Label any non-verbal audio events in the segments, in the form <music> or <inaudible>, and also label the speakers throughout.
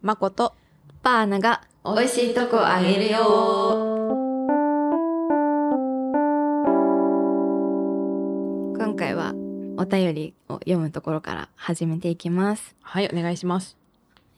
Speaker 1: まこと
Speaker 2: バーナが美味しいとこあげるよ今回はお便りを読むところから始めていきます、
Speaker 1: はいお願いします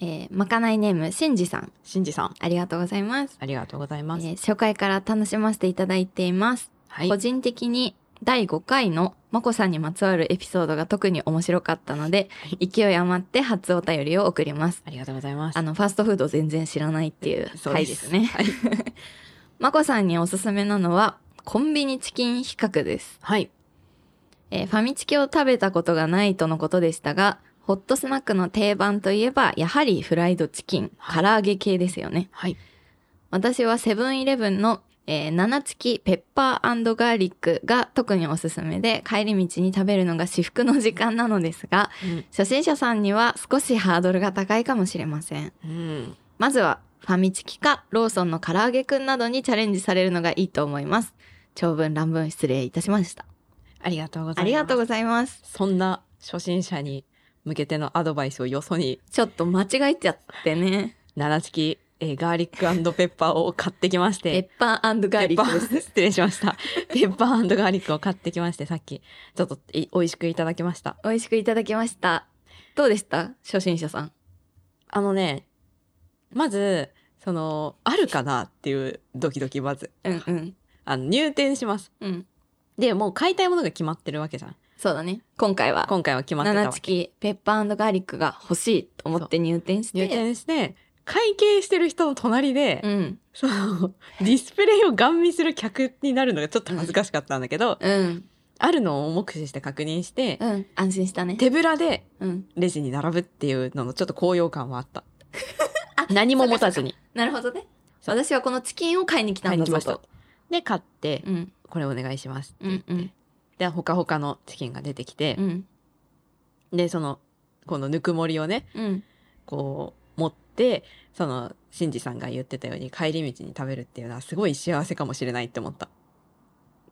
Speaker 2: えー、まかないネームしんじさん
Speaker 1: しんじさん
Speaker 2: ありがとうございます、
Speaker 1: ありがとうござい
Speaker 2: え
Speaker 1: ます、
Speaker 2: ー、初回から楽しませていただいています、
Speaker 1: はい
Speaker 2: 個人的に第5回のまこさんにまつわるエピソードが特に面白かったので、勢い余って初お便りを送ります
Speaker 1: ありがとうございます
Speaker 2: あのファストフード全然知らないっていう
Speaker 1: そう
Speaker 2: 回ですね <laughs>
Speaker 1: はい、
Speaker 2: まこさんにおすすめなのはコンビニチキン比較です、
Speaker 1: はい
Speaker 2: えーファミチキを食べたことがないとのことでしたがホットスナックの定番といえばやはりフライドチキン唐揚げ系ですよね
Speaker 1: はい
Speaker 2: 私はセブンイレブンの、えー、7付きペッパーガーリックが特におすすめで帰り道に食べるのが至福の時間なのですが
Speaker 1: うん
Speaker 2: 初心者さんには少しハードルが高いかもしれません
Speaker 1: うん
Speaker 2: まずはファミチキかローソンの唐揚げくんなどにチャレンジされるのがいいと思います。長文乱文失礼いたしました。
Speaker 1: ありがとうございます
Speaker 2: ありがとうございます。
Speaker 1: そんな初心者に向けてのアドバイスをよそに
Speaker 2: ちょっと間違えちゃってね。
Speaker 1: 奈良付き、えーガーリックペッパーを買ってきまし
Speaker 2: ペ
Speaker 1: て
Speaker 2: ッパーガーリック
Speaker 1: ペ
Speaker 2: で
Speaker 1: ッパー <laughs>
Speaker 2: す。
Speaker 1: 失礼しま
Speaker 2: <laughs>
Speaker 1: したペッパーガーリックを買ってきましてさっきちょっとい美味しくいただきました
Speaker 2: 美味しくいただきました。どうでした初心者さん。
Speaker 1: あのねまずそのあるかなっていうドキドキまず
Speaker 2: うんうん。
Speaker 1: あの入店します
Speaker 2: うん。
Speaker 1: でもう買いたいものが決まってるわけじゃん
Speaker 2: そうだね。今回は、
Speaker 1: 今回は決まってた
Speaker 2: 七
Speaker 1: わ
Speaker 2: チ
Speaker 1: け
Speaker 2: キペッパーガーリックが欲しいと思って入店し
Speaker 1: 入
Speaker 2: て。
Speaker 1: 店して会計してる人の隣で、
Speaker 2: うん。
Speaker 1: そのディスプレイをガン見する客になるのがちょっと恥ずかしかったんだけど、
Speaker 2: うん。
Speaker 1: あるのを目視して確認して、
Speaker 2: うん。安心したね。
Speaker 1: 手ぶらで
Speaker 2: うん。
Speaker 1: レジに並ぶっていうののちょっと高揚感はあった。
Speaker 2: <laughs>
Speaker 1: 何も持たずに
Speaker 2: なるほどね。
Speaker 1: そう
Speaker 2: 私はこのチキンを買いに来た
Speaker 1: 買い
Speaker 2: んだ
Speaker 1: に来
Speaker 2: ぞ
Speaker 1: ました
Speaker 2: と。。
Speaker 1: で、買って、
Speaker 2: うん。
Speaker 1: これお願いしますって
Speaker 2: う
Speaker 1: 言っ
Speaker 2: ん
Speaker 1: て。
Speaker 2: うん。
Speaker 1: で、ほかほかのチキンが出てきて
Speaker 2: う、ん。
Speaker 1: で、その、このぬくもりをね、
Speaker 2: うん。
Speaker 1: こう、持って、その、しんじさんが言ってたように帰り道に食べるっていうのはすごい幸せかもしれないって思った。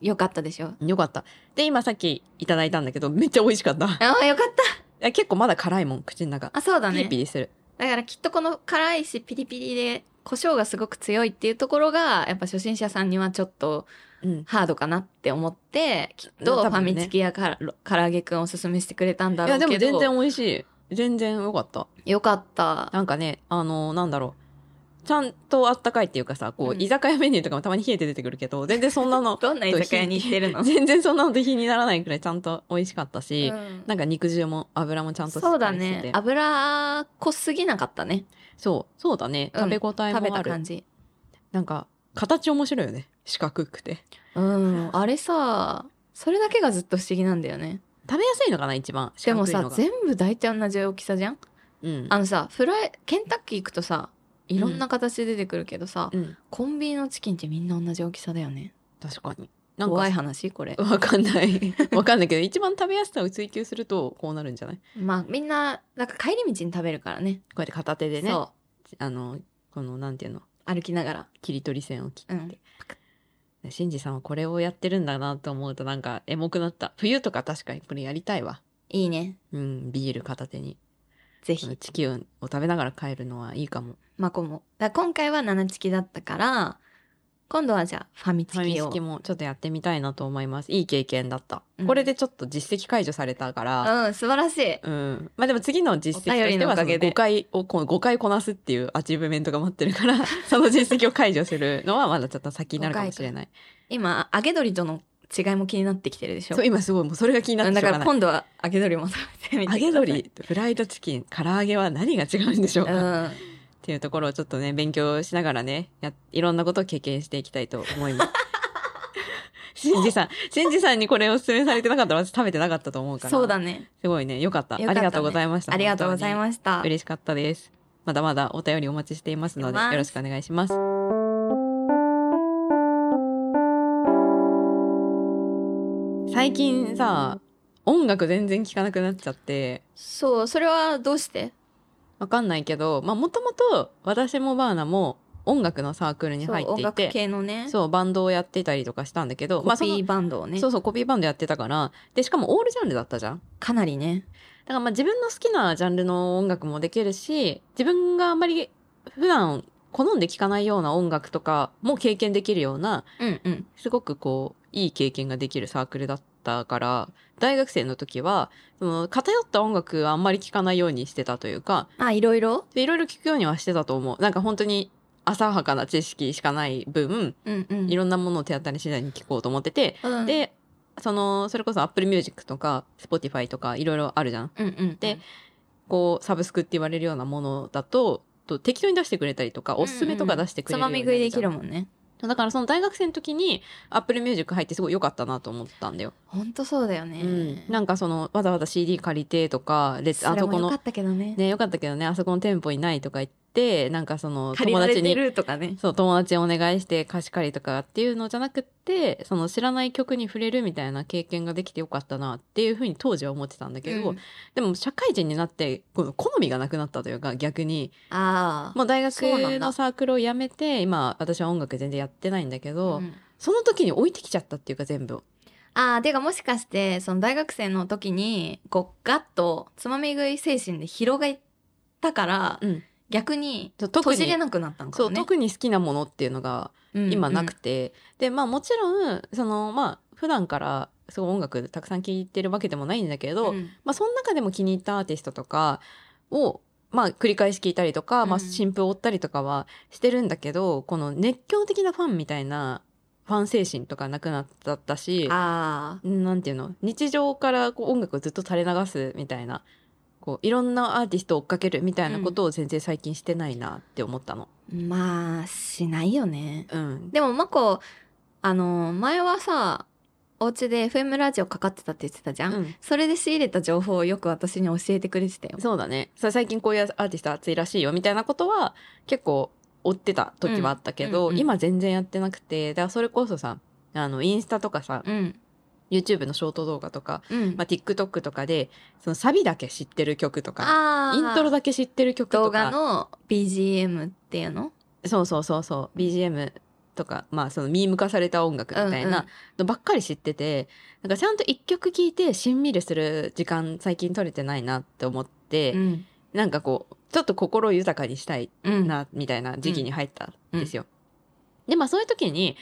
Speaker 2: よかったでしょ
Speaker 1: よかった。で、今さっきいただいたんだけど、めっちゃ美味しか
Speaker 2: <laughs>
Speaker 1: った。い
Speaker 2: ああ、よかった。
Speaker 1: や結構まだ辛いもん、口の中。
Speaker 2: あ、そうだ
Speaker 1: ピ
Speaker 2: ね。
Speaker 1: リピリする。
Speaker 2: だからきっとこの辛いし、ピリピリで、胡椒がすごく強いっていうところが、やっぱ初心者さんにはちょっと
Speaker 1: うん。
Speaker 2: ハードかなって思って、きっ
Speaker 1: うん
Speaker 2: と
Speaker 1: 多
Speaker 2: ファ
Speaker 1: 分ね
Speaker 2: ミチキやから、唐揚げくんおすすめしてくれたんだ
Speaker 1: い
Speaker 2: ろ
Speaker 1: や、
Speaker 2: う
Speaker 1: でも
Speaker 2: けど。
Speaker 1: 全然美味しい。全然よかった。
Speaker 2: よかった。
Speaker 1: なんかね、あのなんだろう。ちゃんとあったかいっていうかさ、こう、
Speaker 2: うん、
Speaker 1: 居酒屋メニューとかもたまに冷えて出てくるけど、全然そんなの <laughs>
Speaker 2: どんな居酒屋に行ってるの
Speaker 1: 全然そんなのと比にならないくらいちゃんと美味しかったし、
Speaker 2: うん
Speaker 1: なんか肉汁も油もちゃんとしっか
Speaker 2: そうだ
Speaker 1: りしてて
Speaker 2: ね。油濃すぎなかったね。
Speaker 1: そう、そうだね。
Speaker 2: う
Speaker 1: 食
Speaker 2: ん
Speaker 1: べ応え
Speaker 2: 食べ
Speaker 1: もあ
Speaker 2: た
Speaker 1: る。
Speaker 2: 感じ。
Speaker 1: なんか、形面白いよね。四角くて。
Speaker 2: うん。あれさ、それだけがずっと不思議なんだよね。
Speaker 1: 食べやすいのかな、一番。四角
Speaker 2: でも
Speaker 1: いの
Speaker 2: さ、
Speaker 1: が
Speaker 2: 全部大体同じ大きさじゃん
Speaker 1: うん。
Speaker 2: あのさフライケンタッキー行くとさいろんな形で出てくるけどさ、
Speaker 1: うん。
Speaker 2: コンビニのチキンってみんな同じ大きさだよね
Speaker 1: 確かに。なん
Speaker 2: 怖い
Speaker 1: か、
Speaker 2: 話これ
Speaker 1: わかんない。 <laughs> わかんないけど、一番食べやすさを追求すると、こうなるんじゃない
Speaker 2: まあみんななんか帰り道に食べるからね
Speaker 1: こうやって片手でね、
Speaker 2: そ
Speaker 1: あの、この、なんていうの、
Speaker 2: う歩きながら
Speaker 1: 切り取り線を切って、
Speaker 2: うん
Speaker 1: シンジさんはこれをやってるんだなと思うとなんかエモくなった冬とか確かにこれやりたいわ
Speaker 2: いいね
Speaker 1: うんビール片手に
Speaker 2: ぜ
Speaker 1: そ
Speaker 2: ひ、
Speaker 1: の地球を食べながら帰るのはいいかも
Speaker 2: まこもだから今回は七チキだったから今度はじゃあファミチ
Speaker 1: ファミ
Speaker 2: キ
Speaker 1: チ
Speaker 2: を
Speaker 1: キもちょっとやってみたいなと思いますいい経験だった、
Speaker 2: うん
Speaker 1: これでちょっと実績解除されたから
Speaker 2: うん素晴らしい
Speaker 1: うん、まあでも次の実績と
Speaker 2: お便
Speaker 1: して
Speaker 2: りのお
Speaker 1: はそ
Speaker 2: か
Speaker 1: の
Speaker 2: げで
Speaker 1: 5回をこの5回こなすっていうアチーブメントが待ってるから
Speaker 2: <laughs>
Speaker 1: その実績を解除するのはまだちょっと先になるかもしれない
Speaker 2: 今揚げ鶏との違いも気になってきてるでしょ
Speaker 1: そう今すごいもうそれが気になっ
Speaker 2: うん
Speaker 1: て
Speaker 2: だ
Speaker 1: しょう
Speaker 2: か
Speaker 1: がな
Speaker 2: ら
Speaker 1: い
Speaker 2: 今度は揚げ鶏も食べてみて
Speaker 1: 揚
Speaker 2: ください
Speaker 1: げ鶏フライドチキン唐揚げは何が違うんでしょう
Speaker 2: う
Speaker 1: か、っ
Speaker 2: ん
Speaker 1: ていうところをちょっとね勉強しながらねやいろんなことを経験していきたいと思います
Speaker 2: <laughs>
Speaker 1: しんじさんしんじさんにこれおすすめされてなかったら私食べてなかったと思うから
Speaker 2: そうだね
Speaker 1: すごいねよかった
Speaker 2: よか
Speaker 1: あ
Speaker 2: ったね
Speaker 1: りがとうございました
Speaker 2: ありがとうござい
Speaker 1: し
Speaker 2: ました
Speaker 1: 嬉しかったですまだまだお便りお待ちしていますので
Speaker 2: してます
Speaker 1: よろしくお願いします最近さ音楽全然聴かなくなっちゃって
Speaker 2: そうそれはどうして
Speaker 1: わかんないけど、まあもともと私もバーナも音楽のサークルに
Speaker 2: そう
Speaker 1: 入っ
Speaker 2: 音
Speaker 1: てい
Speaker 2: 楽
Speaker 1: て、
Speaker 2: 系のね
Speaker 1: そう、バンドをやってたりとかしたんだけど、
Speaker 2: コ
Speaker 1: そ
Speaker 2: ピ
Speaker 1: の
Speaker 2: ーバンドをね
Speaker 1: そうそう、コピーバンドやってたから、で、しかもオールジャンルだったじゃん。
Speaker 2: かなりね
Speaker 1: だからまあ自分の好きなジャンルの音楽もできるし、自分があんまり普段好んで聴かないような音楽とかも経験できるような、
Speaker 2: うんうん
Speaker 1: すごくこう、いい経験ができるサークルだったから、大学生の時は、その偏った音楽はあんまり聴かないようにしてたというか、
Speaker 2: あいろいろ
Speaker 1: でいろいろ聴くようにはしてたと思う。なんか本当に浅はかな知識しかない分、
Speaker 2: うんうん
Speaker 1: いろんなものを手当たり次第に聴こうと思ってて、
Speaker 2: うん
Speaker 1: で、その、それこそ Apple Music とか Spotify とかいろいろあるじゃん。
Speaker 2: うんうん
Speaker 1: でこう、サブスクって言われるようなものだと、と適当に出してくれたりとか、おすすめとか出してくれ
Speaker 2: つ
Speaker 1: るよ
Speaker 2: ま
Speaker 1: うにな
Speaker 2: み
Speaker 1: る
Speaker 2: 食いで
Speaker 1: じ
Speaker 2: き
Speaker 1: ゃ
Speaker 2: る
Speaker 1: ん
Speaker 2: もんね
Speaker 1: だからその大学生の時に Apple Music 入ってすごい良かったなと思ったんだよ。
Speaker 2: ほんとそうだよね、
Speaker 1: うん。なんかその、わざわざ CD 借りてとか、で、
Speaker 2: そ
Speaker 1: あ
Speaker 2: れ
Speaker 1: そ
Speaker 2: も
Speaker 1: こ
Speaker 2: よか
Speaker 1: の、
Speaker 2: ったけどね
Speaker 1: ね、良かったけどね、あそこの店舗にないとか言って、なんかその、
Speaker 2: 借り
Speaker 1: 友
Speaker 2: られ
Speaker 1: 達
Speaker 2: て
Speaker 1: に
Speaker 2: るとかね
Speaker 1: そう、友達にお願いして貸し借りとかっていうのじゃなくって、その知らない曲に触れるみたいな経験ができてよかったなっていうふうに当時は思ってたんだけど、
Speaker 2: うん
Speaker 1: でも社会人になって、この好みがなくなったというか逆に、 <laughs>
Speaker 2: ああ
Speaker 1: もう大学
Speaker 2: そうなんだ
Speaker 1: のサークルを辞めて、今私は音楽全然やってないんだけど、
Speaker 2: うん
Speaker 1: その時に置いてきちゃったっていうか全部を。
Speaker 2: ああてかもしかしてその大学生の時にこうガッとつまみ食い精神で広がったから、
Speaker 1: うん
Speaker 2: 逆に
Speaker 1: そう特
Speaker 2: 閉
Speaker 1: に
Speaker 2: じれなくなったのか
Speaker 1: そ
Speaker 2: も
Speaker 1: う、
Speaker 2: ね
Speaker 1: 特に好きなものっていうのが今なく
Speaker 2: て、
Speaker 1: て、でまあもちろんそのまあ普段からすごい音楽たくさん聴いてるわけでもないんだけ
Speaker 2: うん
Speaker 1: ど、
Speaker 2: うん
Speaker 1: まあその中でも気に入ったアーティストとかをまあ繰り返し聴いたりとか、まあ
Speaker 2: うん
Speaker 1: 新譜を追ったりとかはしてるんだけどこの熱狂的なファンみたいなファン精神とかなくなっちゃったし
Speaker 2: ああ
Speaker 1: なんていうの日常からこう音楽をずっと垂れ流すみたいなこういろんなアーティストを追っかけるみたいなことを全然最近してないなって思ったの。
Speaker 2: まあしないよね
Speaker 1: うん、
Speaker 2: でもまこあの前はさお家で FM ラジオかかってたって言ってたじゃん、
Speaker 1: うん
Speaker 2: それで仕入れた情報をよく私に教えてくれてたよ
Speaker 1: そうだね。それ最近こういうアーティスト熱いらしいよみたいなことは結構追ってた時はあったけど、
Speaker 2: うんうんうん
Speaker 1: 今全然やってなくて、だからそれこそさ、あの、インスタとかさ、
Speaker 2: うん、
Speaker 1: YouTube のショート動画とか、
Speaker 2: うん
Speaker 1: まあ、TikTok とかで、そのサビだけ知ってる曲とか、
Speaker 2: あ
Speaker 1: イントロ
Speaker 2: だ
Speaker 1: だけ知ってる曲
Speaker 2: 動
Speaker 1: とか、
Speaker 2: 画の BGM っていうの
Speaker 1: そうそうそうそう、BGM とか、まあそのミーム化された音楽みたい
Speaker 2: うんうん
Speaker 1: なのばっかり知ってて、なんかちゃんと一曲聴いてしんみりする時間最近取れてないなって思って、
Speaker 2: うん
Speaker 1: なんかこう、ちょっと心を豊かにしたい
Speaker 2: うん
Speaker 1: な、みたいな時期に入ったんですよ。で、まあそういう時に、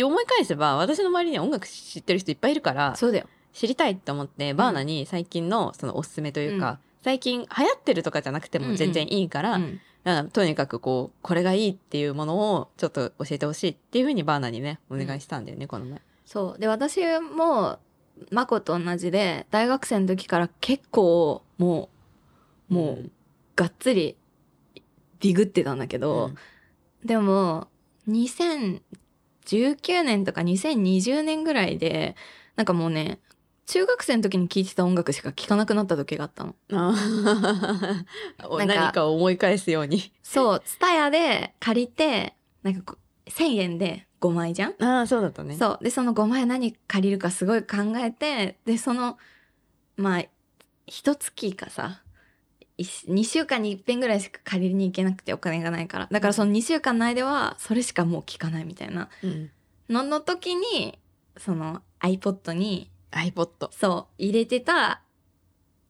Speaker 1: う思い返せば、私の周りには音楽知ってる人いっぱいいるから、
Speaker 2: そうだよ
Speaker 1: 知りたいと思って、バーナに最近のそのおすすめというか、
Speaker 2: うん
Speaker 1: 最近流行ってるとかじゃなくても全然いいから、
Speaker 2: うん
Speaker 1: なんかとにかくこう、これがいいっていうものをちょっと教えてほしいっていうふうにバーナにね、お願いしたんだよね、この前。
Speaker 2: そうで私もまこと同じで大学生の時から結構もうもうがっつりディグってたんだけ
Speaker 1: うん、
Speaker 2: ど、でも2019年とか2020年ぐらいでなんかもうね中学生の時に聴いてた音楽しか聴かなくなった時があったの。
Speaker 1: あーお
Speaker 2: なんか
Speaker 1: 何かを思い返すように。
Speaker 2: そう、ツタヤで借りて、なんかこう1000円で5枚じゃん、
Speaker 1: ああ、そうだったね。
Speaker 2: そう。で、その5枚何借りるかすごい考えて、で、その、まあ、一月かさ、2週間に1遍ぐらいしか借りに行けなくてお金がないから。だからその2週間の間は、それしかもう聞かないみたいな。
Speaker 1: うん。
Speaker 2: のの時に、その iPod に、
Speaker 1: iPod。
Speaker 2: そう、入れてた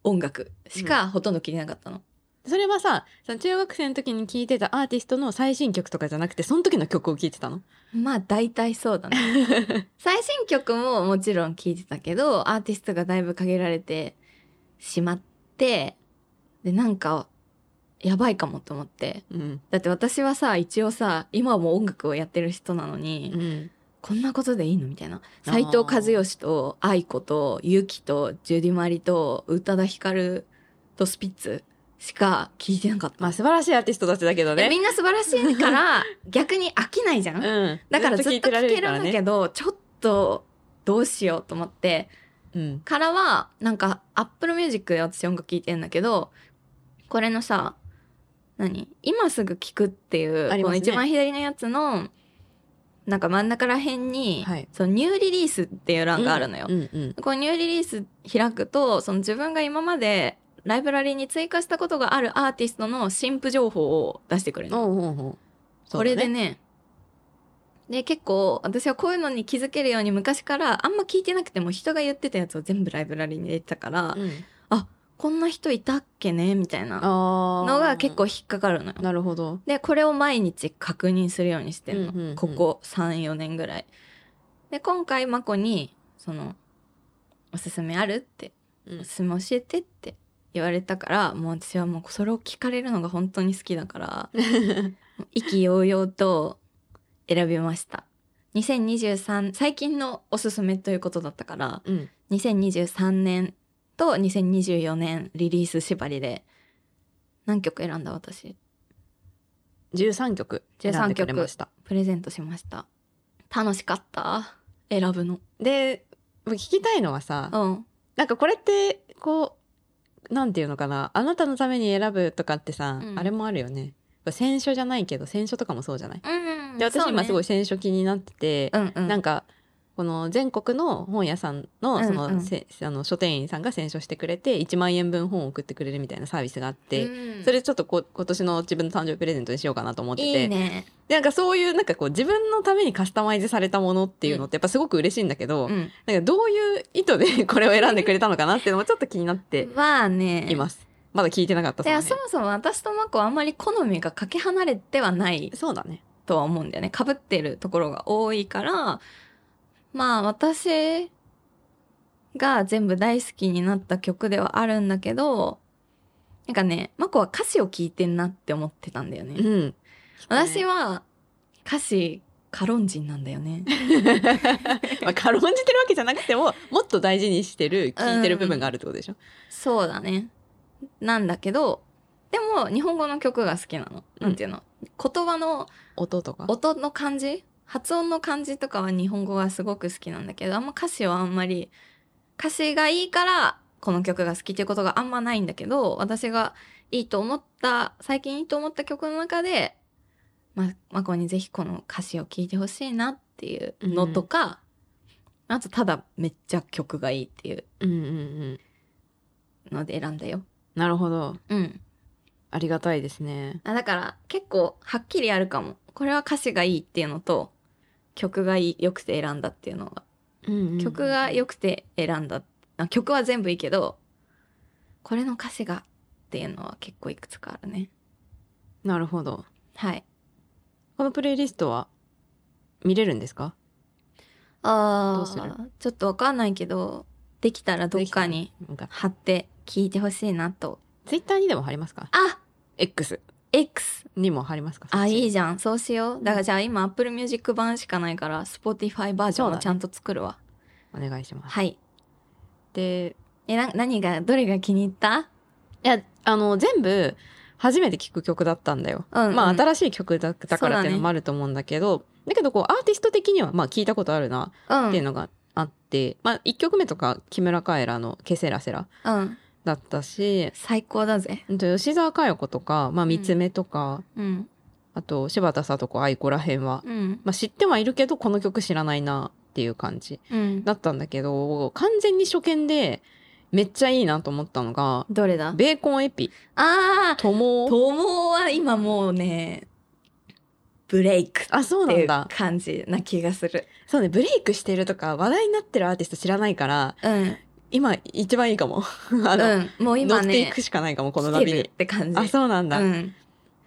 Speaker 2: 音楽しかほとんど聞いてなかったの。
Speaker 1: それはさ、その中学生の時に聴いてたアーティストの最新曲とかじゃなくて、その時の曲を聴いてたの
Speaker 2: <laughs> まあ大体そうだね <laughs> 最新曲ももちろん聴いてたけどアーティストがだいぶ限られてしまってでなんかやばいかもと思って
Speaker 1: うん。
Speaker 2: だって私はさ一応さ今はもう音楽をやってる人なの
Speaker 1: う
Speaker 2: に、
Speaker 1: ん。
Speaker 2: こんなことでいいのみたいな
Speaker 1: あー
Speaker 2: 斎藤和義と愛子とユキとジュディ・マリと宇多田ヒカルとスピッツしか聴いてなかった、
Speaker 1: まあ素晴らしいアーティストたちだけど
Speaker 2: えみ
Speaker 1: ね。
Speaker 2: んな素晴らしいから <laughs> 逆に飽きないじゃん
Speaker 1: うん。
Speaker 2: だからずっと
Speaker 1: 聴
Speaker 2: 聞けるんだ
Speaker 1: ね。
Speaker 2: けど、ちょっとどうしようと思って、
Speaker 1: うん。
Speaker 2: からは、なんか Apple Music で私音楽聴いてんだけど、これのさ、何今すぐ聴くっていう、
Speaker 1: あり
Speaker 2: こ
Speaker 1: ます
Speaker 2: の
Speaker 1: ね
Speaker 2: 一番左のやつの、なんか真ん中ら辺に、
Speaker 1: はい
Speaker 2: そのニューリリースっていう欄があるのよ。
Speaker 1: うんうん。
Speaker 2: このニューリリース開くと、その自分が今までライブラリに追加したことがあるアーティストの新譜情報を出してくれるの。
Speaker 1: おうおうおう
Speaker 2: これで。
Speaker 1: そうだ
Speaker 2: ねで結構私はこういうのに気づけるように昔からあんま聞いてなくても人が言ってたやつを全部ライブラリに入れてたから、
Speaker 1: うん。
Speaker 2: あこんな人いたっけねみたいな
Speaker 1: あ
Speaker 2: のが結構引っかかるのよ。
Speaker 1: なるほど
Speaker 2: でこれを毎日確認するようにしてんの、
Speaker 1: うんうんうん
Speaker 2: ここ34年ぐらいで今回まこにその「おすすめある?」って
Speaker 1: う
Speaker 2: 「お
Speaker 1: ん
Speaker 2: すすめ教えて」って言われたからもう私はもうそれを聞かれるのが本当に好きだからもう意気揚々と選びました2023最近のおすすめと <laughs> いうことだったから
Speaker 1: うん
Speaker 2: 2023年と2024年リリース縛りで何曲選んだ私
Speaker 1: 13曲選んでくれました
Speaker 2: プレゼントしました楽しかった選ぶの
Speaker 1: で聞きたいのはさ、
Speaker 2: うん
Speaker 1: なんかこれってこうなんていうのかなあなたのために選ぶとかってさ、
Speaker 2: うん
Speaker 1: あれもあるよね選書じゃないけど選書とかもそうじゃない
Speaker 2: うん
Speaker 1: で私今すご
Speaker 2: い
Speaker 1: い選書気になってて、
Speaker 2: うんうん
Speaker 1: なんかこの全国の本屋さん
Speaker 2: うん
Speaker 1: のそ
Speaker 2: うん
Speaker 1: のせあの書店員さんが選書してくれて1万円分本を送ってくれるみたいなサービスがあって、
Speaker 2: うん
Speaker 1: それちょっとこ今年の自分の誕生日プレゼントにしようかなと思ってて
Speaker 2: いいね
Speaker 1: でなんかそういうなんかこう自分のためにカスタマイズされたものっていうのってやっぱすごく嬉しいんだけど、
Speaker 2: うん
Speaker 1: なんかどういう意図でこれを選んでくれたのかなっていうのもちょっと気になって
Speaker 2: まあね
Speaker 1: います。まだ聞いてなかった
Speaker 2: いや
Speaker 1: そ
Speaker 2: そ
Speaker 1: の
Speaker 2: もそも私とマコはあんまり好みがかけ離れてはない
Speaker 1: 辺そうだね。
Speaker 2: とは思うんだよね被ってるところが多いからまあ私が全部大好きになった曲ではあるんだけどなんかねマコは歌詞を聞いてんなって思ってたんだよね
Speaker 1: うん。
Speaker 2: 私
Speaker 1: は、
Speaker 2: は歌詞カロン人なんだよ <laughs> ね。
Speaker 1: まあ、軽んじてるわけじゃなくても、もっと大事にしてる、聞いてる部分があるってことでしょ。
Speaker 2: そうだね。なんだけど、でも日本語の曲が好きなの。
Speaker 1: うん
Speaker 2: なんていうの、言葉の
Speaker 1: 音とか。
Speaker 2: 音の感じ発音の感じとかは日本語がすごく好きなんだけど、あんま歌詞はあんまり、歌詞がいいからこの曲が好きっていうことがあんまないんだけど、私がいいと思った、最近いいと思った曲の中で、ま、まこにぜひこの歌詞を聴いてほしいなっていうのとか、あとただめっちゃ曲がいいっていう
Speaker 1: うんうんうん。
Speaker 2: ので選んだよ。
Speaker 1: なるほど。
Speaker 2: うん。
Speaker 1: ありがたいですね。
Speaker 2: あだから結構はっきりあるかも。これは歌詞がいいっていうのと、曲がいい、良くて選んだっていうのが
Speaker 1: うんうんうん
Speaker 2: 曲が良くて選んだあ曲は全部いいけどこれの歌詞がっていうのは結構いくつかあるね
Speaker 1: なるほど。
Speaker 2: はい
Speaker 1: このプレイリストは見れるんですか
Speaker 2: あ
Speaker 1: どう
Speaker 2: あちょっとわかんないけどできたらどっかに
Speaker 1: なんか、
Speaker 2: 貼って聞いてほしいなと
Speaker 1: ツイッターにでも貼りますか
Speaker 2: あ
Speaker 1: ?X
Speaker 2: X
Speaker 1: にも貼りますか
Speaker 2: あいい
Speaker 1: じ
Speaker 2: じゃんそうしようだからじゃあ今 Apple Music 版しかないから Spotify バージョ
Speaker 1: そ
Speaker 2: ン
Speaker 1: うだ
Speaker 2: を
Speaker 1: ね
Speaker 2: ちゃんと作るわ、
Speaker 1: ゃん。お願いします。
Speaker 2: はい
Speaker 1: で、
Speaker 2: えな何がどれが気に入った
Speaker 1: いや、あの、全部、初めて聴く曲だったんだよ。
Speaker 2: うんうん
Speaker 1: まあ、新しい曲だだからっていうのもあると思うんだけど、だけど、こう、アーティスト的には、まあ、聞いたことあるな、
Speaker 2: うん
Speaker 1: っていうのがあって、まあ、1曲目とか、木村カエラのケセラセラ
Speaker 2: うん
Speaker 1: だったし、
Speaker 2: 最高だぜ
Speaker 1: うんと吉沢佳代子とか、まあ、三つ目とか、
Speaker 2: うん
Speaker 1: あと、柴田聡子愛子らへんは、
Speaker 2: うん
Speaker 1: まあ、知ってはいるけど、この曲知らないな、っていう感じ
Speaker 2: うん
Speaker 1: だったんだけど、完全に初見で、めっちゃいいなと思ったのが、
Speaker 2: どれだ
Speaker 1: ベーコンエピ、
Speaker 2: ああ
Speaker 1: 友を。
Speaker 2: 友は今もうねブレイクっ
Speaker 1: あ、そう
Speaker 2: て
Speaker 1: ないん
Speaker 2: う
Speaker 1: だ。
Speaker 2: 感じな気がする
Speaker 1: そうね、ブレイクしてるとか話題になってるアーティスト知らないから、
Speaker 2: うん、
Speaker 1: 今一番いいかも。 <laughs> あの、
Speaker 2: うん、もう今
Speaker 1: 乗ってい
Speaker 2: ね
Speaker 1: くしかないかも、この
Speaker 2: 来て
Speaker 1: 波
Speaker 2: る
Speaker 1: に
Speaker 2: っ。て感じ
Speaker 1: あ、そうなんだ。
Speaker 2: うん、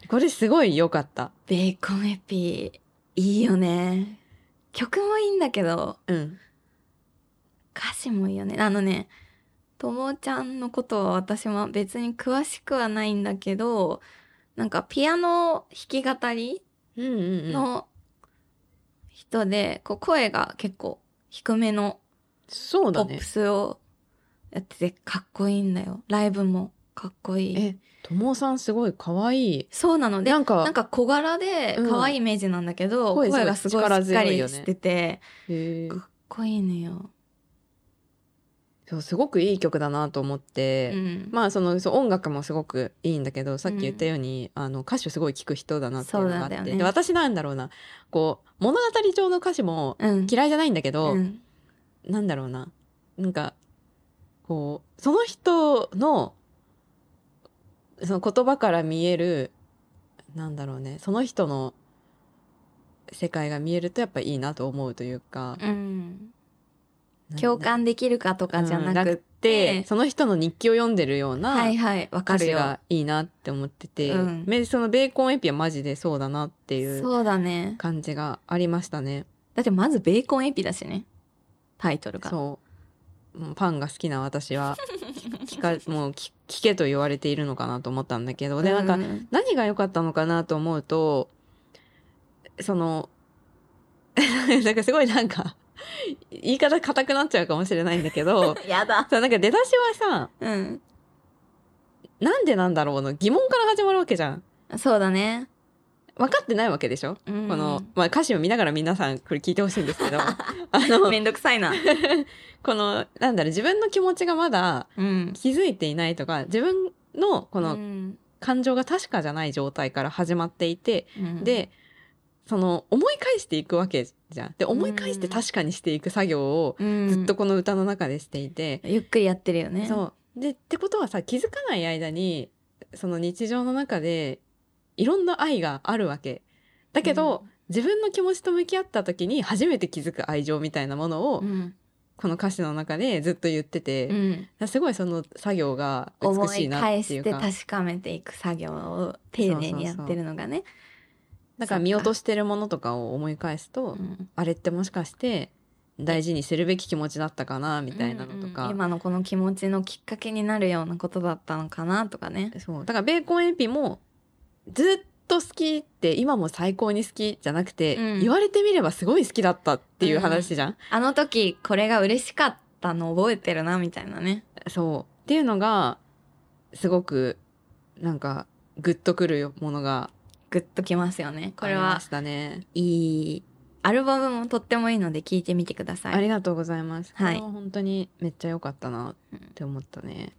Speaker 1: これすごい良かった。
Speaker 2: ベーコンエピいいよね曲もいいんだけど
Speaker 1: うん。
Speaker 2: 歌詞もいいよねあのねともちゃんのことは私は別に詳しくはないんだけどなんかピアノ弾き語り
Speaker 1: うんうんうん。
Speaker 2: の人で、こう声が結構低めの
Speaker 1: そう
Speaker 2: ポ
Speaker 1: だ
Speaker 2: ッ
Speaker 1: ね
Speaker 2: プ。スをやっててかっこいいんだよライブもかっこいい
Speaker 1: え、ともさんすごい可愛い。
Speaker 2: そうなので
Speaker 1: な
Speaker 2: なん
Speaker 1: か、
Speaker 2: んか小柄で
Speaker 1: うん
Speaker 2: 可愛いイメージなんだけど、
Speaker 1: 声
Speaker 2: 声
Speaker 1: すごい
Speaker 2: がすごいし
Speaker 1: 力
Speaker 2: っか
Speaker 1: 強いよ
Speaker 2: り
Speaker 1: ね
Speaker 2: してて、
Speaker 1: へー
Speaker 2: かっこいいのよ、
Speaker 1: そうすごくいい曲だなと思っ
Speaker 2: う
Speaker 1: て。
Speaker 2: ん
Speaker 1: まあそのそう音楽もすごくいいんだけどさっき言ったように、あの歌詞をすごい聴く人だなっていうのがあって、
Speaker 2: そうなんだよね
Speaker 1: で私なんだろうなこう物語上の歌詞も
Speaker 2: うん
Speaker 1: 嫌いじゃないんだけど、
Speaker 2: うん
Speaker 1: なんだろうな。なんか、こう、その人の、その言葉から見える、なんだろうね、その人の世界が見えるとやっぱいいなと思うというか。
Speaker 2: うん
Speaker 1: なん
Speaker 2: 共感できるかとかじゃなくっ
Speaker 1: て、
Speaker 2: ええ
Speaker 1: その人の日記を読んでるよう
Speaker 2: は
Speaker 1: ない
Speaker 2: はいわか
Speaker 1: 歌
Speaker 2: る
Speaker 1: 詞
Speaker 2: よ
Speaker 1: がいいなって思ってて、
Speaker 2: うん
Speaker 1: めそのベーコンエピはマジでそうだなっていう
Speaker 2: そうだね
Speaker 1: 感じがありましたね。
Speaker 2: だってまずベーコンエピだしねタイトルが
Speaker 1: そううんパンが好きな私
Speaker 2: <laughs>
Speaker 1: は聞かもう聞聞けと言われているのかなと思ったんだけどでなんか
Speaker 2: うん
Speaker 1: 何が良かったのかなと思うとその <laughs> なんかすごいなんか言い方硬くなっちゃうかもしれないんだけ
Speaker 2: <laughs>
Speaker 1: ど
Speaker 2: やだ
Speaker 1: そうなんか出だしはさ
Speaker 2: うん
Speaker 1: 「なんでなんだろう?」の疑問から始まるわけじゃん。
Speaker 2: そうだね、
Speaker 1: 分かってないわけでしょ、
Speaker 2: うん、
Speaker 1: この、まあ、歌詞を見ながら皆さんこれ聞いてほしいんです
Speaker 2: <laughs>
Speaker 1: けどあの
Speaker 2: めんどくさいな
Speaker 1: このなんだろう自分の気持ちがまだ
Speaker 2: うん
Speaker 1: 気づいていないとか自分のこ
Speaker 2: う
Speaker 1: の
Speaker 2: ん
Speaker 1: 感情が確かじゃない状態から始まっていて、
Speaker 2: うん
Speaker 1: でその思い返していくわけじゃん。で思い返して
Speaker 2: うん
Speaker 1: 確かにしていく作業を
Speaker 2: うん
Speaker 1: ずっとこの歌の中でしていて、
Speaker 2: ゆっくりやってるよね
Speaker 1: そうでってことはさ気づかない間にその日常の中でいろんな愛があるわけ。だけど、自分の気持ちと向き合った時に初めて気づく愛情みたいなものを、
Speaker 2: うん
Speaker 1: この歌詞の中でずっと言ってて、
Speaker 2: うんうん
Speaker 1: すごいその作業が美
Speaker 2: 思
Speaker 1: しい
Speaker 2: い
Speaker 1: な
Speaker 2: 返
Speaker 1: ってい
Speaker 2: し
Speaker 1: う
Speaker 2: て
Speaker 1: か
Speaker 2: 確かめていく作業を丁寧にやってるのがね
Speaker 1: だから見落としてるものとかを思い返すと、
Speaker 2: うん
Speaker 1: あれってもしかして大事にするべき気持ちだったかなみたいなのと
Speaker 2: うん
Speaker 1: か、
Speaker 2: うん今のこの気持ちのきっかけになるようなことだったのかなとかね
Speaker 1: そうだからベーコンエピもずっと好きって今も最高に好きじゃなくて、
Speaker 2: うん
Speaker 1: 言われてみればすごい好きだったっていう話じゃん。
Speaker 2: あの時これが嬉しかったの覚えてるなみたいなね
Speaker 1: そうっていうのがすごくなんかグッとくるものが
Speaker 2: グッときますよねこ
Speaker 1: あ
Speaker 2: れ
Speaker 1: りま
Speaker 2: は
Speaker 1: したね。
Speaker 2: いいアルバムもとってもいいので聞いてみてくださ
Speaker 1: あ
Speaker 2: い
Speaker 1: りがとうございます。
Speaker 2: はい
Speaker 1: これは本当にめっちゃ良かったなって思ったね。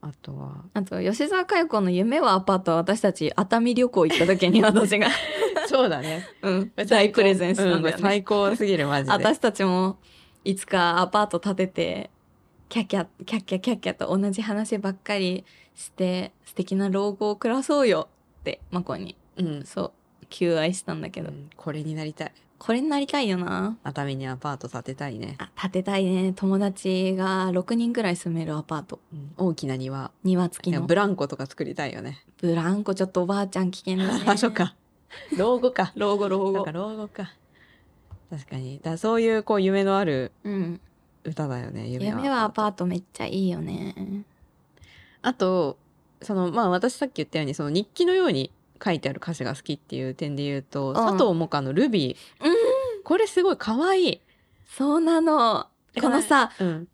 Speaker 1: あと
Speaker 2: <laughs>
Speaker 1: は
Speaker 2: あと吉沢佳代子の「夢はアパート」は私たち熱海旅行行った時に私が、
Speaker 1: <laughs> そうだね。
Speaker 2: うん、 <laughs> 大プレゼンスなんだよ
Speaker 1: うん、
Speaker 2: ね
Speaker 1: 最高すぎるマジで。
Speaker 2: 私たちもいつかアパート建ててキャッキャキャッキャキャッキャと同じ話ばっかりして素敵な老後を暮らそうよってマコに
Speaker 1: うん、
Speaker 2: そう求愛したんだけど、
Speaker 1: うんこれになりたい
Speaker 2: これになりたいよな
Speaker 1: 熱海にアパート建てたいね、
Speaker 2: あ建てたいね友達が6人ぐらい住めるアパート
Speaker 1: うん大きな庭
Speaker 2: 庭付きの
Speaker 1: ブランコとか作りたいよね
Speaker 2: ブランコちょっとおばあちゃん危険だ
Speaker 1: <laughs>
Speaker 2: ね
Speaker 1: あそっか老後か
Speaker 2: 老後老
Speaker 1: そう
Speaker 2: 後
Speaker 1: か老後か確かにだそういうこう夢のある
Speaker 2: うん
Speaker 1: 歌だよね夢は
Speaker 2: 夢はアパートめっちゃいいよね
Speaker 1: あとそのまあ私さっき言ったようにその日記のように書いてある歌詞が好きっていう点で言うと、
Speaker 2: ん
Speaker 1: 佐藤萌歌の「ルビー」
Speaker 2: うん
Speaker 1: これすごい可愛い
Speaker 2: そうなのこのさ
Speaker 1: うん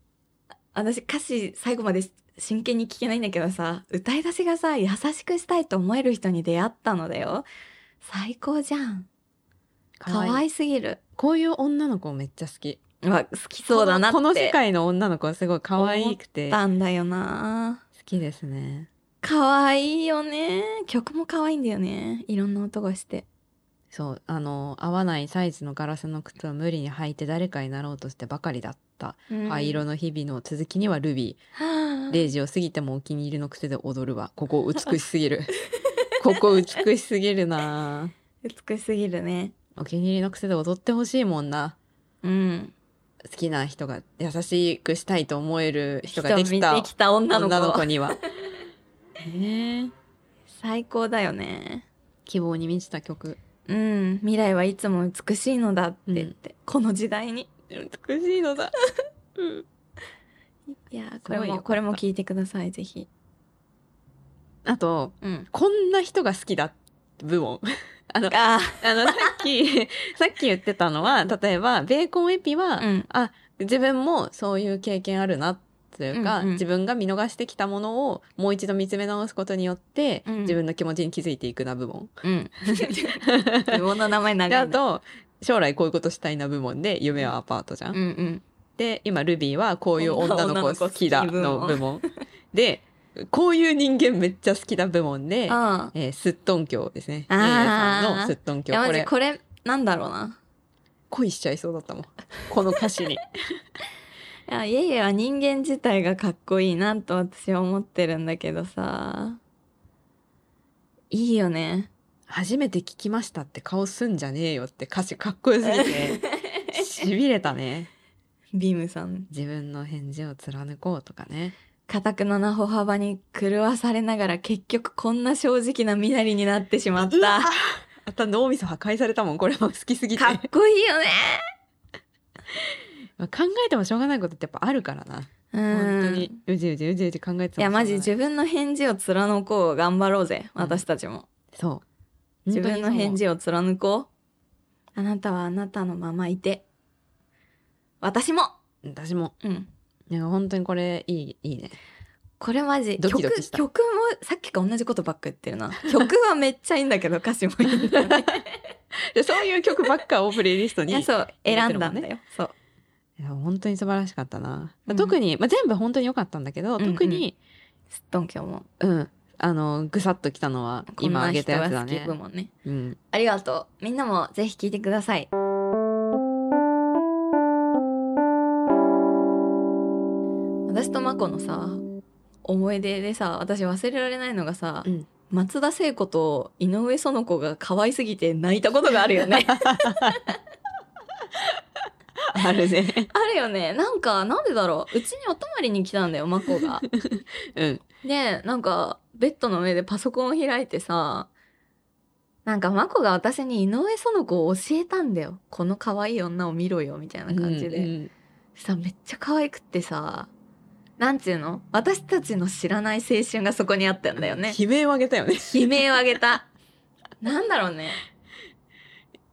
Speaker 2: 私歌詞最後まで真剣に聞けないんだけどさ歌い出しがさ優しくしたいと思える人に出会ったのだよ最高じゃん
Speaker 1: 可
Speaker 2: 可
Speaker 1: 愛い
Speaker 2: 愛すぎる
Speaker 1: こういう女の子めっちゃ好き
Speaker 2: わ好きそうだなって
Speaker 1: この
Speaker 2: 思
Speaker 1: こ
Speaker 2: っ
Speaker 1: の世界の女の子はすごい可愛くて好
Speaker 2: たんだよな
Speaker 1: きですね
Speaker 2: 可愛いよね曲も可愛いんだよねいろんな音がして
Speaker 1: そうあの合わないサイズのガラスの靴を無理に履いて誰かになろうとしてばかりだった、灰色
Speaker 2: の
Speaker 1: の日々の続きにはルビー0時を過ぎてもお気に入りの癖で踊るわここ美しすぎるここ美しすぎるな
Speaker 2: 美しすぎるね
Speaker 1: お気に入りの癖で踊ってほしいもんな
Speaker 2: うん
Speaker 1: 好きな人が優しくしたいと思える人ができ
Speaker 2: 人
Speaker 1: た
Speaker 2: 見てきた女の子
Speaker 1: 女の子にはねえ
Speaker 2: 最高だよね
Speaker 1: 希望に満ちた曲
Speaker 2: うん未来はいつも美しいのだって言って、この時代に
Speaker 1: 美しいのだ
Speaker 2: いやー
Speaker 1: す
Speaker 2: こ
Speaker 1: ごい
Speaker 2: れ
Speaker 1: よかっ
Speaker 2: も
Speaker 1: た
Speaker 2: これも聞いてくださいぜひ
Speaker 1: あと
Speaker 2: うん
Speaker 1: こんな人が好きだ部門あの
Speaker 2: あ
Speaker 1: あの、さっき、 <laughs> さっき言ってたのは、例えば、ベーコンエピは、
Speaker 2: ーうん
Speaker 1: あ、自分もそういう経験あるな、というか、
Speaker 2: うんうん
Speaker 1: 自分が見逃してきたものを、もう一度見つめ直すことによって、
Speaker 2: うん
Speaker 1: 自分の気持ちに気づいていくな部門。
Speaker 2: うん自分の名前
Speaker 1: で、
Speaker 2: 長
Speaker 1: あ
Speaker 2: いな
Speaker 1: と、将来こういうことしたいな部門で、夢はアパートじゃん。
Speaker 2: うんうん
Speaker 1: で、今、ルビーは、こういう女の子好きだ、
Speaker 2: 女の
Speaker 1: の
Speaker 2: 子好
Speaker 1: 部
Speaker 2: き
Speaker 1: 門。 <laughs> で、こういう人間めっちゃ好きだ部門で、
Speaker 2: ああ
Speaker 1: えーすっとんきょうですね。
Speaker 2: あー
Speaker 1: えーさんのすっとん
Speaker 2: い
Speaker 1: きょ
Speaker 2: や
Speaker 1: う。こ
Speaker 2: マ
Speaker 1: れ
Speaker 2: ジ、これなんだろうな
Speaker 1: 恋しちゃいそうだったもん。この歌詞に。
Speaker 2: いやイエイエは人間自体がかっこいいなと私は思ってるんだけどさいいよね
Speaker 1: 初めて聞きましたって顔すんじゃねえよって歌詞かっこよすぎて、しびれたね。
Speaker 2: ビームさん
Speaker 1: 自分の返事を貫こうとかね
Speaker 2: かたくなな歩幅に狂わされながら結局こんな正直な身なりになってしまった
Speaker 1: わあた脳みそ破壊されたもんこれも好きすぎて
Speaker 2: かっこいいよね
Speaker 1: まあ考えてもしょうがないことってやっぱあるからな
Speaker 2: うん
Speaker 1: 本当にうじうじうじうじ考えてた
Speaker 2: いやマジ自分の返事を貫こう頑張ろうぜ
Speaker 1: うん
Speaker 2: 私たちも、
Speaker 1: そう
Speaker 2: 自分の返
Speaker 1: を
Speaker 2: 事を貫こうあなたはあなたのままいて私も
Speaker 1: 私も
Speaker 2: うん
Speaker 1: いや本当にこれいいいいね
Speaker 2: <laughs> これマジ
Speaker 1: ドキドキした
Speaker 2: 曲曲もさっきから同じことばっか言ってるな曲はめっちゃいいんだけど歌詞もいいんだ
Speaker 1: <laughs>
Speaker 2: よね
Speaker 1: でそういう曲ばっかをプレイリスト
Speaker 2: い
Speaker 1: に
Speaker 2: やそう
Speaker 1: 入れてるもんね
Speaker 2: 選んだんだよそう
Speaker 1: いや本当に素晴らしかったな、
Speaker 2: うん
Speaker 1: 特に、まあ、全部本当に良かったんだけど、
Speaker 2: うんうん
Speaker 1: 特に
Speaker 2: すっとんきょうも
Speaker 1: うんあのぐさっときたのは
Speaker 2: こん
Speaker 1: 今
Speaker 2: な
Speaker 1: あげた
Speaker 2: 人
Speaker 1: や
Speaker 2: が
Speaker 1: つだ
Speaker 2: 好き
Speaker 1: ね
Speaker 2: 部門ね
Speaker 1: うん
Speaker 2: ありがとうみんなもぜひ聞いてください私とマコのさ思い出でさ私忘れられないのがさ、
Speaker 1: うん
Speaker 2: 松田聖子と井上園子が可愛すぎて泣いたことがある
Speaker 1: <laughs>
Speaker 2: よね
Speaker 1: あるね
Speaker 2: あるよねなんかなんでだろううちにお泊まりに来たんだよマコが
Speaker 1: うん
Speaker 2: でなんかベッドの上でパソコンを開いてさなんかマコが私に井上園子を教えたんだよこの可愛い女を見ろよみたいな感じで、
Speaker 1: うん
Speaker 2: さめっちゃ可愛くってさなんていうの私たちの知らない青春がそこにあったんだよ
Speaker 1: うん
Speaker 2: ね
Speaker 1: 悲鳴をあげたよね
Speaker 2: 悲鳴をあげたなんだろうね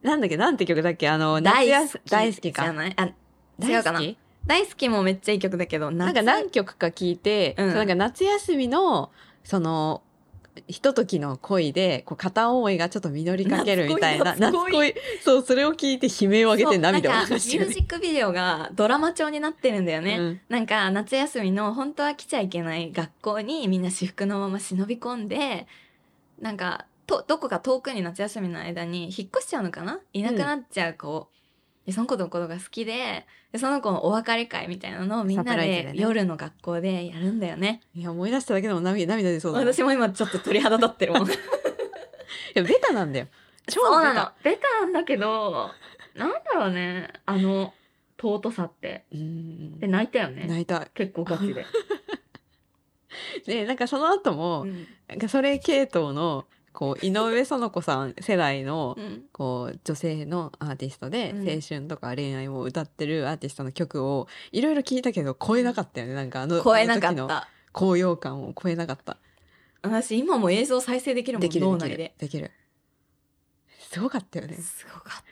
Speaker 1: なんだっけなんて曲だっけあの夏
Speaker 2: 大
Speaker 1: 休
Speaker 2: 好き
Speaker 1: 大好き
Speaker 2: じゃ
Speaker 1: か
Speaker 2: ないあ
Speaker 1: 大
Speaker 2: 違
Speaker 1: 好
Speaker 2: うかな
Speaker 1: き
Speaker 2: 大好きもめっちゃいい曲だけど
Speaker 1: なんか何曲か聞いて、
Speaker 2: うん
Speaker 1: そうなんか夏休みのそのひとときの恋でこう片思いがちょっと実りかけるみたいな
Speaker 2: 夏恋
Speaker 1: 夏恋そうそれを聞いて悲鳴を上げて涙を
Speaker 2: そうな
Speaker 1: 流
Speaker 2: んかミ
Speaker 1: して
Speaker 2: ュ
Speaker 1: る
Speaker 2: ージックビデオがドラマ調になってるんだよね、
Speaker 1: うん
Speaker 2: なんか夏休みの本当は来ちゃいけない学校にみんな私服のまま忍び込んでなんかとどこか遠くに夏休みの間に引っ越しちゃうのかないなくなっちゃう子、でその子のことが好きででその子のお別れ会みたいなのをみん
Speaker 1: サ
Speaker 2: な
Speaker 1: プライズでね
Speaker 2: で夜の学校でやるんだよね
Speaker 1: いや思い出しただけでも涙涙出そうだな、
Speaker 2: 私も今ちょっと鳥肌立ってる <laughs> もん
Speaker 1: いやベタなんだよ超
Speaker 2: そう
Speaker 1: ベ
Speaker 2: な
Speaker 1: タ
Speaker 2: のベタなんだけどなんだろうねあの尊さって
Speaker 1: うん
Speaker 2: で泣いたよね
Speaker 1: 泣いた
Speaker 2: 結構ガチ <laughs> で、
Speaker 1: でなんかその後も、
Speaker 2: ん
Speaker 1: なんかそれ系統のこう井上園子さん世代の
Speaker 2: うん
Speaker 1: こう女性のアーティストで
Speaker 2: うん
Speaker 1: 青春とか恋愛を歌ってるアーティストの曲をいろいろ聞いたけど超えなかったよねなんかあの
Speaker 2: 超えなか
Speaker 1: あ
Speaker 2: っ
Speaker 1: の時の
Speaker 2: た
Speaker 1: 高揚感を超えなかった
Speaker 2: 私今も映像再生できるもん
Speaker 1: できる
Speaker 2: 脳
Speaker 1: でき
Speaker 2: 内
Speaker 1: る
Speaker 2: で
Speaker 1: できるすごかったよね
Speaker 2: すごかっ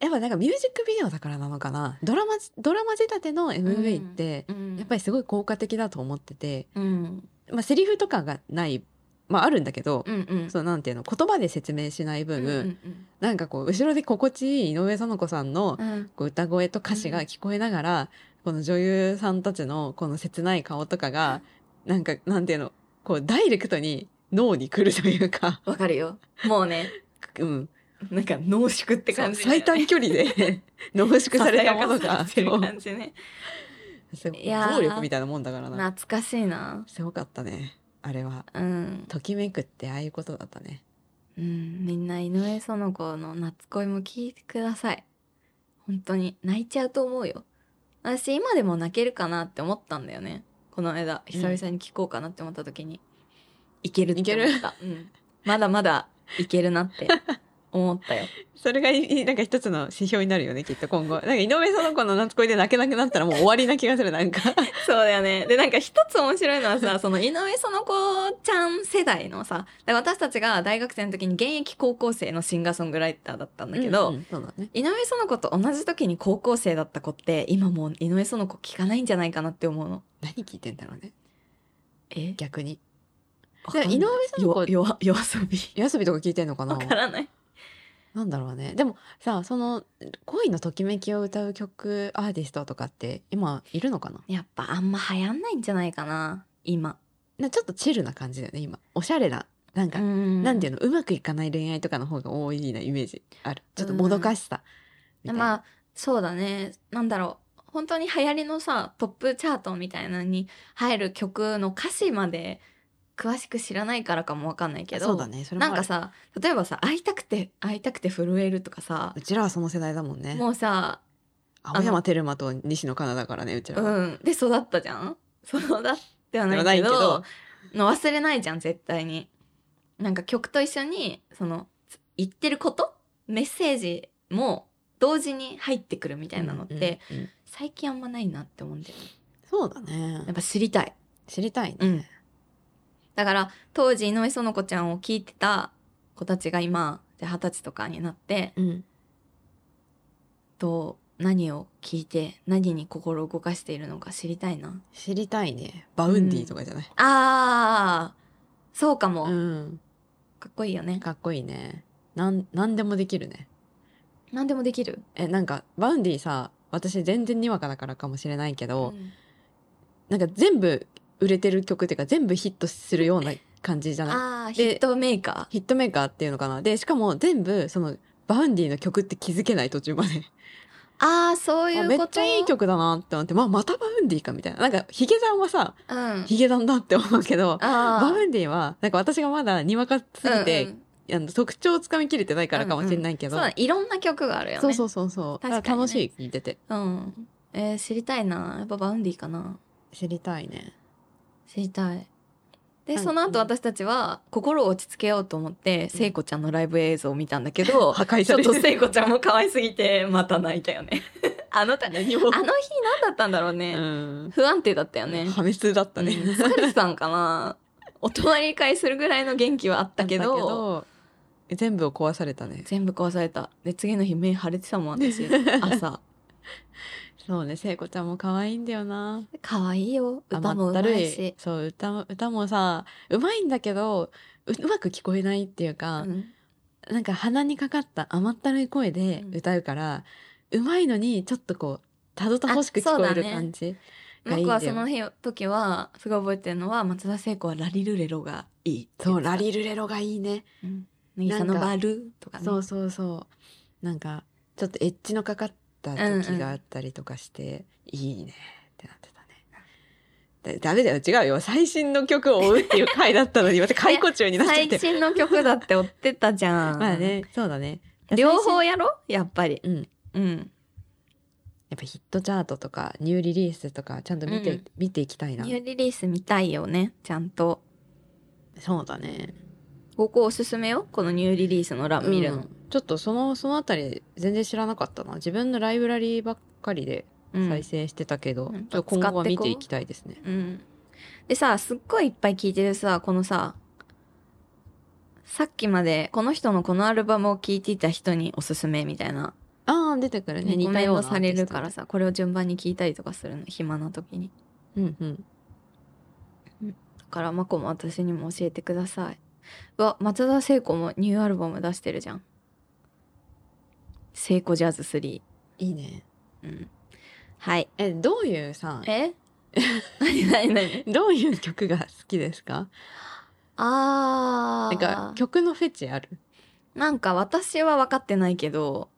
Speaker 1: やっぱなんかミュージックビデオだからなのかなドラマドラマ仕立ての MV って
Speaker 2: た、うん、
Speaker 1: やっぱりすごい効果的だと思ってて、
Speaker 2: り、うん、
Speaker 1: まあ、セリフとかがないまああるんだけど、
Speaker 2: うんうん
Speaker 1: そうなんていうの言葉で説明しない分、
Speaker 2: うんうん
Speaker 1: なんかこう後ろで心地いい井上園子さんの
Speaker 2: うんうん
Speaker 1: こう歌声と歌詞が聞こえながら、この女優さんたちのこの切ない顔とかが、なんか、なんていうの、こうダイレクトに脳に来るというか、 <laughs>
Speaker 2: わかるよもうね
Speaker 1: うん。
Speaker 2: なんか濃縮って感じだよ
Speaker 1: 最
Speaker 2: ね、
Speaker 1: 短距離で <laughs> 濃縮されたものが、
Speaker 2: させ
Speaker 1: そ
Speaker 2: られたものが
Speaker 1: う
Speaker 2: 感じね
Speaker 1: すごい
Speaker 2: いやー
Speaker 1: 暴力みたいなもんだからな。
Speaker 2: 懐かしいな
Speaker 1: すごかったね。あれは。
Speaker 2: うん、
Speaker 1: ときめくってああいうことだったね。
Speaker 2: うん、みんな井上園子の夏恋も聞いてください本当に泣いちゃうと思うよ私今でも泣けるかなって思ったんだよねこの間久々に聞こうかなって思った時に、いけるって思ったうん、まだまだいけるなって思ったよ
Speaker 1: それがいい、なんか一つの指標になるよね、きっと今後。なんか井上園子の夏恋で泣けなくなったらもう終わりな気がする、なん
Speaker 2: <laughs>
Speaker 1: か。
Speaker 2: <laughs> そうだよねでなんか一つ面白いのは <laughs> さその井上園子ちゃん世代のさだから私たちが大学生の時に現役高校生のシンガーソングライターだったんだけど、
Speaker 1: うんうんそうだね。
Speaker 2: 井上園子と同じ時に高校生だった子って今もう井上園子聞かないんじゃないかなって思うの。
Speaker 1: 何聞いてんだろうね、
Speaker 2: え
Speaker 1: 逆に。
Speaker 2: わ
Speaker 1: じゃ
Speaker 2: か
Speaker 1: あ
Speaker 2: んない
Speaker 1: 井上園子
Speaker 2: よよ夜遊び。
Speaker 1: 夜遊びとか聞いてんのかな
Speaker 2: わからない。
Speaker 1: なんだろうねでもさその恋のときめきを歌う曲アーティストとかって今いるのかな
Speaker 2: やっぱあんま流行んないんじゃないかな今。
Speaker 1: なちょっとチルな感じだよね今おしゃれななんか、
Speaker 2: な
Speaker 1: なんていううのうまくいかない恋愛とかの方が多いなイメージあるちょっともどかしさみたいな、
Speaker 2: まあそうだねなんだろう本当に流行りのさトップチャートみたいなのに入る曲の歌詞まで詳しく知らないからかもわかんないけど
Speaker 1: そうだねそれもあ
Speaker 2: な
Speaker 1: る
Speaker 2: んかさ例えばさ「会いたくて会いたくて震える」とかさ
Speaker 1: うちらはその世代だもんね
Speaker 2: もうさ
Speaker 1: 青山テルマと西野カナだからねうちら
Speaker 2: う
Speaker 1: は、
Speaker 2: んで育ったじゃん育って
Speaker 1: で
Speaker 2: はな
Speaker 1: はいない
Speaker 2: け
Speaker 1: け
Speaker 2: ど
Speaker 1: ど
Speaker 2: の忘れないじゃん絶対になんか曲と一緒にそのつ言ってることメッセージも同時に入ってくるみたいなのって、
Speaker 1: うんうんうん
Speaker 2: 最近あんまないなって思うんだよね
Speaker 1: そうだ
Speaker 2: やっ
Speaker 1: ね
Speaker 2: ぱ知りたい
Speaker 1: 知りたいね、
Speaker 2: うんだから当時井上園子ちゃんを聞いてた子たちが今じゃあ二十歳とかになって
Speaker 1: うん
Speaker 2: どう何を聞いて何に心を動かしているのか知りたいな
Speaker 1: 知りたいねバウンディとかじゃない、
Speaker 2: あーそうかも、
Speaker 1: うん、
Speaker 2: かっこいいよね
Speaker 1: かっこいいねなんなんでもできるね
Speaker 2: 何でもできる、
Speaker 1: えなんかバウンディさ私全然にわかだからかもしれないけど、
Speaker 2: うん
Speaker 1: なんか全部売れてる曲っていうか全部ヒットするような感じじゃない
Speaker 2: ああヒ
Speaker 1: で
Speaker 2: ットメーカ
Speaker 1: ヒットメーカーっていうのかなでしかも全部そのバウンディの曲って気づけない途中まで
Speaker 2: ーああそうい
Speaker 1: あ
Speaker 2: う
Speaker 1: め
Speaker 2: こと
Speaker 1: っちゃいい、曲だなって思って、まあ、またバウンディかみたいななんかヒゲダンはさ
Speaker 2: うん、あ
Speaker 1: ヒゲダンだって思うけどバ
Speaker 2: あ
Speaker 1: ウンディはなんか私がまだにわかすぎ
Speaker 2: うんう
Speaker 1: て、
Speaker 2: ん
Speaker 1: あの特徴をつかみきれてないからかもしれないけ
Speaker 2: そ
Speaker 1: ど、
Speaker 2: うだいろんな曲があるよね
Speaker 1: そうそうそうそう
Speaker 2: 確かにね
Speaker 1: だから楽しい聞いてて
Speaker 2: うんえー知りたいなやっぱバウンディかな
Speaker 1: 知りたいね
Speaker 2: 知りたいで、
Speaker 1: うん
Speaker 2: その後私たちは心を落ち着けようと思って聖子ちゃんのライブ映像を見たんだけど、
Speaker 1: 破壊
Speaker 2: <laughs> ち
Speaker 1: さ
Speaker 2: ょっ
Speaker 1: れ
Speaker 2: と
Speaker 1: てる
Speaker 2: 聖子ちゃんも可愛すぎてまた泣いたよね <laughs> あのたあの日
Speaker 1: 何も
Speaker 2: 何だったんだろうね、
Speaker 1: うん
Speaker 2: 不安定だったよね
Speaker 1: 破滅だったね、
Speaker 2: うん疲れてたんかなお泊まり会するぐらいの元気はあったけど
Speaker 1: 全部を壊されたね
Speaker 2: 全部壊されたで次の日目腫れてたもん <laughs> 私朝
Speaker 1: そうね聖子ちゃんも可愛いんだよな
Speaker 2: 可愛いよ歌もうまいし、
Speaker 1: そう歌も歌もさうまいんだけどううまく聞こえないっていうか、
Speaker 2: うん
Speaker 1: なんか鼻にかかった甘ったるい声で歌うから、うまいのにちょっとこうたどたどしく聞こえる感じ、がいいんだよ
Speaker 2: 僕はその日時はすごい覚えてるのは松田聖子は「ラリルレロ」がいいって
Speaker 1: そ
Speaker 2: 言
Speaker 1: う
Speaker 2: ってた
Speaker 1: ラリルレロがいいね、
Speaker 2: うん渚のバルとかね
Speaker 1: そうそうそうなんかちょっとエッジのかかった時があったりとかして、いいねってなってたねだダメだよ違うよ最新の曲を追うっていう回だったのにまた解雇中になっちゃっ
Speaker 2: <laughs> 最
Speaker 1: て
Speaker 2: 新の曲だって追ってたじゃん
Speaker 1: まあねそうだね
Speaker 2: 両方やろやっぱり
Speaker 1: うん
Speaker 2: うん
Speaker 1: やっぱヒットチャートとかニューリリースとかちゃんと見て、
Speaker 2: うん
Speaker 1: 見ていきたいな
Speaker 2: ニューリリース見たいよねちゃんと
Speaker 1: そうだね
Speaker 2: ここおすすめよこのニューリリースの欄見るの、
Speaker 1: うんちょっとそのそのあたり全然知らなかったな自分のライブラリーばっかりで
Speaker 2: うん
Speaker 1: 再生してたけど、
Speaker 2: うん
Speaker 1: ちょっと今後は見ていきたいですね
Speaker 2: うん、でさすっごいいっぱい聴いてるさこのささっきまでこの人のこのアルバムを聴いていた人におすすめみたいな
Speaker 1: ああ出てくるね
Speaker 2: コ
Speaker 1: 似た
Speaker 2: メン
Speaker 1: よう
Speaker 2: ト
Speaker 1: な
Speaker 2: されるか
Speaker 1: アー
Speaker 2: ら
Speaker 1: ティス
Speaker 2: さこれを順番に聴いたりとかするの暇な時に
Speaker 1: トうんうん
Speaker 2: だからまこも私にも教えてくださいうわ松田聖子もニューアルバム出してるじゃん「聖子ジャズ3
Speaker 1: いいね」
Speaker 2: うんはい
Speaker 1: えどういうさ
Speaker 2: え <laughs> 何何何
Speaker 1: どういう曲が好きですかな
Speaker 2: あー
Speaker 1: んか曲のフェチある
Speaker 2: なんか私は分かってないけど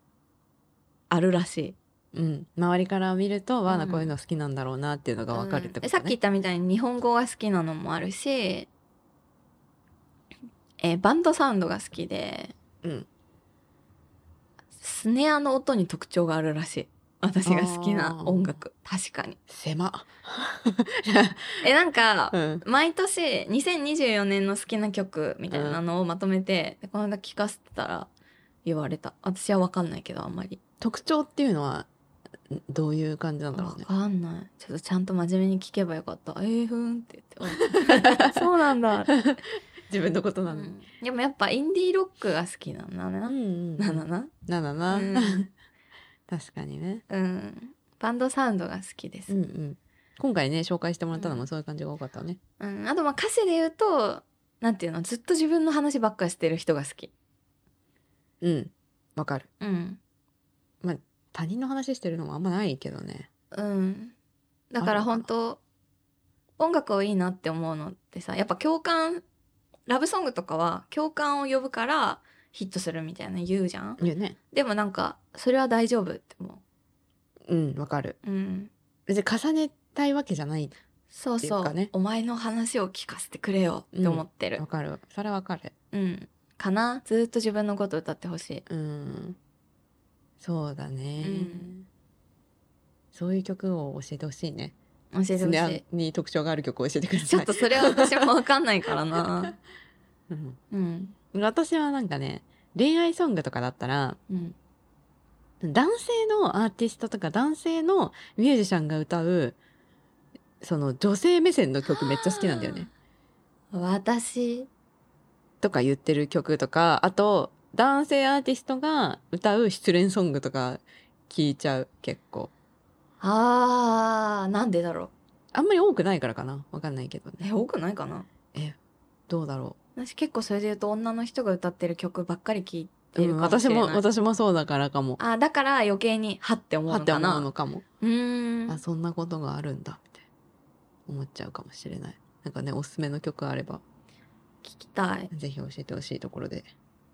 Speaker 2: あるらしい。
Speaker 1: うん周りから見るとわあな
Speaker 2: うん
Speaker 1: こういうの好きなんだろうなっていうのがわかるってことね、
Speaker 2: うんさっき言ったみたいに日本語が好きなのもあるし、えーバンドサウンドが好きで、
Speaker 1: うん
Speaker 2: スネアの音に特徴があるらしい。私が好きな音楽確かに。
Speaker 1: 狭っ
Speaker 2: えなんか、
Speaker 1: うん
Speaker 2: 毎年2024年の好きな曲みたいなのをまとめて、でこの間聞かせてたら言われた私は分かんないけどあんまり
Speaker 1: 特徴っていうのはんどういう感じなんだろ
Speaker 2: わ
Speaker 1: うね
Speaker 2: かんない。ちょっとちゃんと真面目に聞けばよかった。ええふーんって言っ
Speaker 1: <laughs>
Speaker 2: て。そうなんだ、
Speaker 1: 自分のこと
Speaker 2: う
Speaker 1: なのに
Speaker 2: ん。でもやっぱインディーロックが好きなんだ
Speaker 1: う
Speaker 2: な。
Speaker 1: ん
Speaker 2: ななな。
Speaker 1: ななな、
Speaker 2: うん
Speaker 1: <laughs> 確かにね
Speaker 2: うん。バンドサウンドが好きで
Speaker 1: う
Speaker 2: す。
Speaker 1: んうん今回ね紹介してもらったのもそういう感じが多かったね、
Speaker 2: うん。あとまあ歌詞で言うと、なんていうの、ずっと自分の話ばっかりしてる人が好き。
Speaker 1: うんわかる
Speaker 2: うん。
Speaker 1: 他人の話してるのもあんまないけどね
Speaker 2: うん。だから本当音楽をいいなって思うのってさ、やっぱ共感、ラブソングとかは共感を呼ぶからヒットするみたいな言うじゃん。
Speaker 1: いやね
Speaker 2: でもなんかそれは大丈夫って思
Speaker 1: うんわかる
Speaker 2: う。うん。
Speaker 1: 別に重ねたいわけじゃない
Speaker 2: そう
Speaker 1: ってい
Speaker 2: そう
Speaker 1: うかね
Speaker 2: お前の話を聞かせてくれよって思ってる
Speaker 1: わ。かるそれわかる
Speaker 2: うん。かなずっと自分のこと歌ってほしい。
Speaker 1: うんそうだね、
Speaker 2: うん
Speaker 1: そういう曲を教えてほしいね。
Speaker 2: 教えて
Speaker 1: ス
Speaker 2: ほし
Speaker 1: ネア
Speaker 2: い。
Speaker 1: に特徴がある曲を教えてください。
Speaker 2: ちょっとそれは私もわかんないから
Speaker 1: <laughs>
Speaker 2: な。
Speaker 1: うん
Speaker 2: うん。
Speaker 1: 私はなんかね、恋愛ソングとかだったら、
Speaker 2: うん。
Speaker 1: 男性のアーティストとか男性のミュージシャンが歌う、その女性目線の曲めっちゃ好きなんだよね。
Speaker 2: 私、
Speaker 1: とか言ってる曲とか、あと、男性アーティストが歌う失恋ソングとか聞いちゃう、結構。
Speaker 2: あー、なんでだろ
Speaker 1: あんまり多くないからかなわかんないけど
Speaker 2: う。
Speaker 1: ね。
Speaker 2: え、多くないかな
Speaker 1: どうだろ。
Speaker 2: 私結構それで言うと女の人が歌ってる曲ばっかり聴いうて
Speaker 1: う
Speaker 2: る
Speaker 1: ん、
Speaker 2: かもし
Speaker 1: 私
Speaker 2: れない。
Speaker 1: も、私もそうだからかも。
Speaker 2: あ、だから余計に、はって思う
Speaker 1: は
Speaker 2: の
Speaker 1: って
Speaker 2: か
Speaker 1: 思
Speaker 2: な。
Speaker 1: うのかも。
Speaker 2: うーん。
Speaker 1: あ、そんなことがあるんだ、って思っちゃうかもしれない。なんかね、おすすめの曲あれば、
Speaker 2: 聞きたい。
Speaker 1: ぜひ教えてほしいところで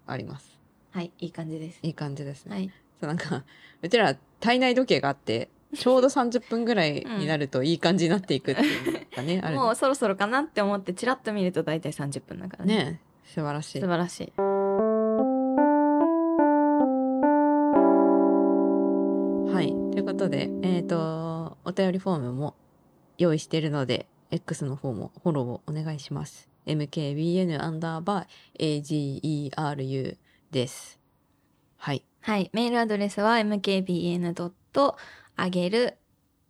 Speaker 1: あります。
Speaker 2: はい、いい感じです。
Speaker 1: いい感じですね。
Speaker 2: はい。
Speaker 1: そうなんか、うちら体内時計があって、ちょうど30分ぐらいになるといい感じになっていくっていうのが
Speaker 2: <laughs>
Speaker 1: ね、あるね
Speaker 2: もうそろそろかなって思って、チラッと見ると大体30分だからね。
Speaker 1: ね素晴らしい
Speaker 2: 素晴らしい。
Speaker 1: はいということでえっ、とお便りフォームも用意しているので X の方もフォローをお願いします mkbn アンダーバー ageru ですはい
Speaker 2: はい。メールアドレスは mkbn. あげる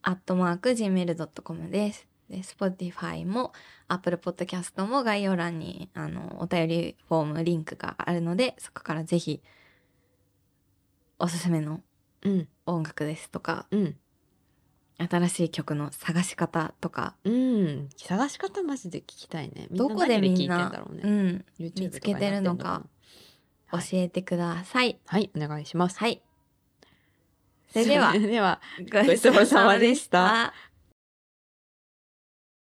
Speaker 2: アットマーク gmail.com です。で、Spotify も Apple Podcast も概要欄にあのお便りフォームリンクがあるので、そこからぜひおすすめの
Speaker 1: うん
Speaker 2: 音楽ですとか、
Speaker 1: うん
Speaker 2: 新しい曲の探し方とか、
Speaker 1: うん探し方マジで聞きたいねみんな
Speaker 2: どこでみん
Speaker 1: 何聞いて
Speaker 2: な
Speaker 1: んだろう
Speaker 2: う
Speaker 1: ね、
Speaker 2: ん、
Speaker 1: YouTube と
Speaker 2: 見つけてるのか
Speaker 1: は
Speaker 2: 教
Speaker 1: い
Speaker 2: えてください。
Speaker 1: はいお願いします
Speaker 2: はい。それで
Speaker 1: <laughs> 、
Speaker 2: は
Speaker 1: では
Speaker 2: ご
Speaker 1: ちそうさまでした
Speaker 2: ちそうさまでした。